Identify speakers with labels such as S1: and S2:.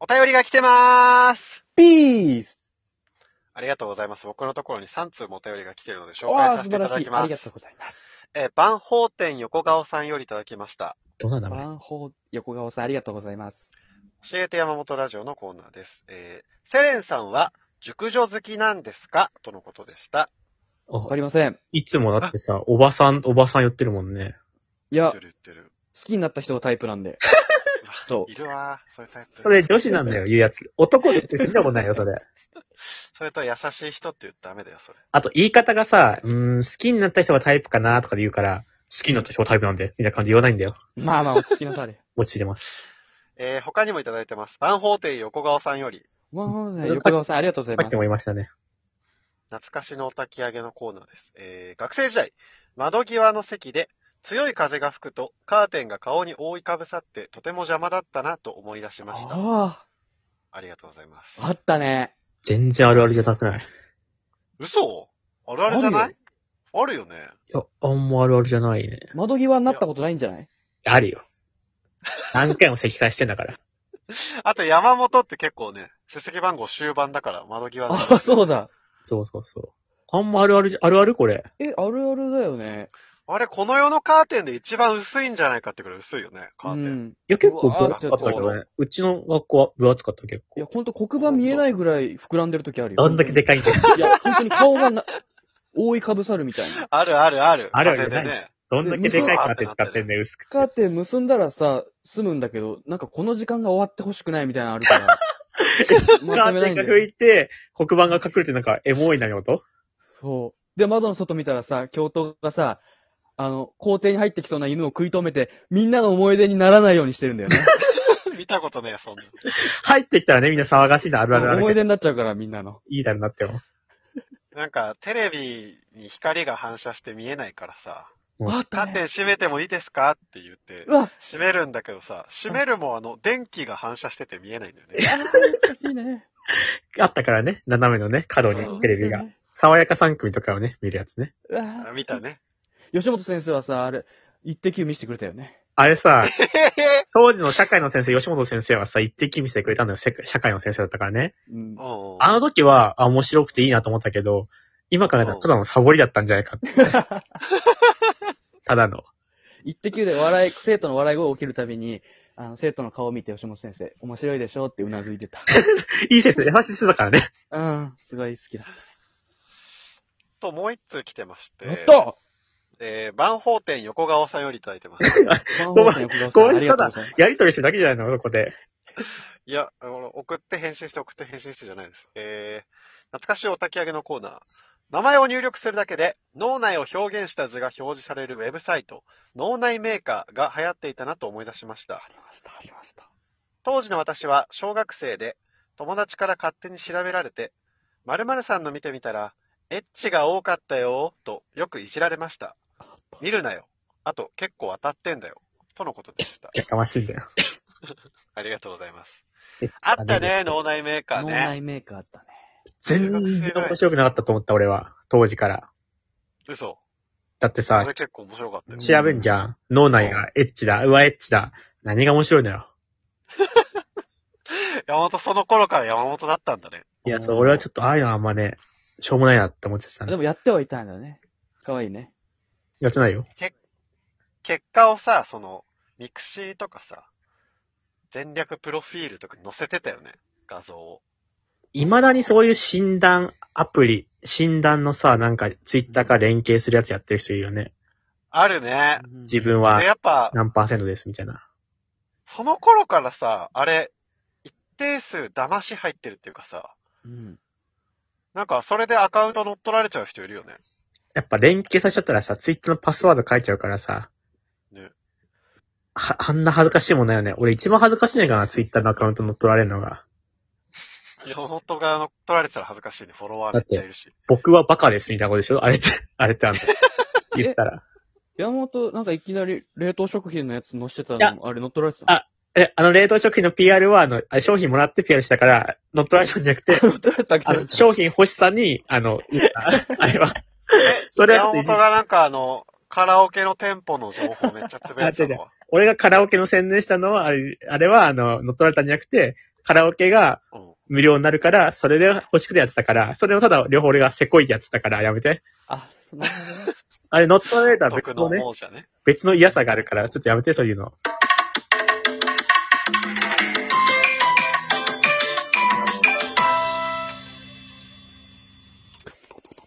S1: お便りが来てまーす
S2: ピース
S1: ありがとうございます。僕のところに3通もお便りが来ているので紹介
S2: わあ、
S1: させ
S2: 素
S1: て
S2: 晴
S1: いた
S2: ら
S1: だ
S2: し
S1: き
S2: い。
S1: ま
S2: あ
S1: す。
S2: りがとうございます。
S1: えー、万宝店横顔さんよりいただきました。
S3: どんな名前
S2: マンホー、横顔さん、ありがとうございます。
S1: 教えて山本ラジオのコーナーです。えー、セレンさんは熟女好きなんですかとのことでした。
S2: わかりません。
S3: いつもだってさ、おばさん、おばさん言ってるもんね。
S2: い
S1: 言っ
S2: や
S1: て、る言ってる。
S2: 好きになった人がタイプな んで。ちょっと
S1: いるわー。そういうタイプ。
S3: それ女子なんだよ、言うやつ。男って見たことないよ、それ。
S1: それと優しい人って言ったらダメだよ、それ。
S3: あと、言い方がさ、うーん、好きになった人がタイプかなとかで言うから、好きになった人がタイプなんで、みたいな感じで言わないんだよ。
S2: まあまあ、落ち着きなされ。
S3: 落ちてます。
S1: えー、他にもいただいてます。万宝店横顔さんより、
S2: マンホー横顔さん、ありがとうござい
S3: さっ
S2: ま
S3: き
S2: す
S3: も。言いましたね。
S1: 懐かしのお焚き上げのコーナーです。えー、学生時代、窓際の席で、強い風が吹くと、カーテンが顔に覆いかぶさって、とても邪魔だったなと思い出しました。あ
S2: あ
S1: りがとうございます
S2: あ、。あったね。
S3: 全然あるあるじゃなくない。い
S1: 嘘あるあるじゃないあ
S2: あ
S1: る
S2: る
S1: よね。
S3: や、あんまあるあるじゃないね。
S2: 窓際になったことないんじゃない
S3: あるよ。何回も席替えしてんだから。
S1: あと山本って結構ね、出席番号終盤だから、窓際の
S2: ああ、そうだ。
S3: そうそうそう。あんまあるあるじゃ、あるあるこれ。
S2: え、あるあるだよね。
S1: あれ、この世のカーテンで一番薄いんじゃないかってくらい薄いよね、カ
S2: う
S1: ーテン。
S2: ん。
S3: いや、結構
S2: うわー
S3: 分厚かったけど
S1: ちょ
S3: ね。うちの学校は分厚かった結
S2: いや、
S3: 構。
S2: ほんと黒板見えないぐらい膨らんでる時あるよ。
S3: どんだけでかいんだよ。
S2: いや、ほんとに顔がな、覆いかぶさるみたいな。
S1: あるあるある。
S3: あるある
S1: 風で
S3: な
S1: ね。
S3: どんだけでかいカーテン使ってんだよ、薄くて
S2: カ。ーテン結んだらさ、済むんだけど、なんかこの時間が終わってほしくないみたいなのある から。ま
S3: カ
S2: とめな
S3: ーテ
S2: い
S3: ン
S2: ん
S3: が
S2: だ
S3: 吹
S2: よ。
S3: いて、黒板が隠れてなんかエモいなよと。
S2: そう。で、窓の外見たらさ、教頭がさ、あの、校庭に入ってきそうな犬を食い止めて、みんなの思い出にならないようにしてるんだよね。
S1: 見たことねえ、そんな。
S3: 入ってきたらね、みんな騒がしいのあるあるある
S2: 思
S3: け
S2: い
S3: ど。
S2: 出になっちゃうから、みんなの。
S3: いいだろうなっても。
S1: なんか、テレビに光が反射して見えないからさ、
S3: うん
S2: あ
S1: カ
S2: った
S1: ーテ
S2: ね。
S1: ン閉めてもいいですかって言って
S2: う、わ、
S1: 閉めるんだけどさ、閉めるもあの、電気が反射してて見えないんだよね。
S2: 懐かしいね。
S3: あったからね、斜めのね、角
S1: うん
S3: にテレビが。爽やか3組とかをね、見るやつね。
S2: うわ
S1: あ見た。ね。
S2: 吉本先生はさ、あれ、イッテ Q 見せてくれたよね。
S3: あれさ、
S1: へへへ
S3: 当時の社会の先生、吉本先生はさ、一滴見せてくれたのよ、せ社会の先生だったからね。
S2: うん。
S1: うんうん
S3: あの時は、あ、面白くていいなと思ったけど、今からたらただのサボりだったんじゃないかって。ただの。
S2: イッテ Q で笑い、生徒の笑い声を起きるたびに、あの、生徒の顔を見て吉本先生、面白いでしょってうなずいてた。
S3: いい先生、優しい人だからね。
S2: うん、すごい好きだ。
S1: と、もう一通来てまして。
S2: やった
S1: えー、万宝店横顔さんよりいただいてます。
S2: マンホールの横顔さん
S3: ごめん
S2: ありがとうございます。
S3: やりとりしてるだけじゃないの、そこで。
S1: いや、あの、送って返信して送って返信してじゃないです。えー、懐かしいお焚き上げのコーナー。名前を入力するだけで、脳内を表現した図が表示されるウェブサイト、脳内メーカーが流行っていたなと思い出しました
S2: あ。りました、ありました。
S1: 当時の私は小学生で、友達から勝手に調べられて、〇〇さんの見てみたら、エッチが多かったよ、とよくいじられました。見るなよ。あと、結構当たってんだよ。とのことでした。
S3: やかましいんだよ。
S1: ありがとうございます。あったね、脳内メーカー
S2: 脳
S1: ね。
S2: 内メーカーあったね。
S3: 全然面白くなかったと思った、俺は。当時から。
S1: 嘘。
S3: だって
S1: あ
S3: さ
S1: れ、結構面白かったよ。
S3: 調べんじゃん。脳内がエッチだ、うわ、エッチだ。何が面白いのよ。
S1: 山本、その頃から山本だったんだね。
S3: いや、そう、俺はちょっと、ああいうのあんまね、しょうもないなって思っちゃってた
S2: で
S3: ね。
S2: もやってはいたんだよね。かわいいね。
S3: やってないよ。
S1: 結果をさ、その、ミクシーとかさ、全略プロフィールとかに載せてたよね。画像を。
S3: 未だにそういう診断アプリ、診断のさ、なんか、ツイッターか連携するやつやってる人いるよね。
S1: あるね。
S3: 自
S1: で、
S3: 分は
S1: やっぱ、
S3: 何パーセントです、みたいな。
S1: その頃からさ、あれ、一定数騙し入ってるっていうかさ、
S2: うん。
S1: なんかそれでアカウント乗っ取られちゃう人いるよね。
S3: やっぱ連携させちゃったらさ、ツイッターのパスワード書いちゃうからさ。
S1: ね。
S3: は、あんな恥ずかしいもんないよね。俺一番恥ずかしいねんかな、ツイッターのアカウント乗っ取られるのが。
S1: 山本が乗っ取られてたら恥ずかしいね。フォロワーめっちゃいるし。
S3: 僕はバカです、みたいなことでしょあれって、 あれっ てあの、言ったら。
S2: 山本、なんかいきなり冷凍食品のやつ載せてたの、あれ乗っ取られてたの、
S3: あえ、あの、冷凍食品の PR は、あの、あ商品もらって PR したから、乗っ取られたんじゃなく て
S2: 乗っ取られたわけじ
S3: あ
S2: ゃな
S3: の
S2: い、
S3: 商品欲しさに、あの、言った あれは、
S1: え
S3: それ
S1: 山本がなんかあの、カラオケの店舗の情報めっちゃつぶやいてたのわ。
S3: 俺がカラオケの宣伝したのは、あれあれは、あの、乗っ取られたんじゃなくて、カラオケが
S1: うん。
S3: 無料になるから、それで欲しくてやってたから、それをただ両方俺がせこいってやってたからやめて。
S2: あ、なるほどね。
S3: あれ、乗っ取られたら別
S1: 僕の
S3: のね、
S1: 猛者ね。
S3: 別の嫌さがあるから、ちょっとやめて、そういうの。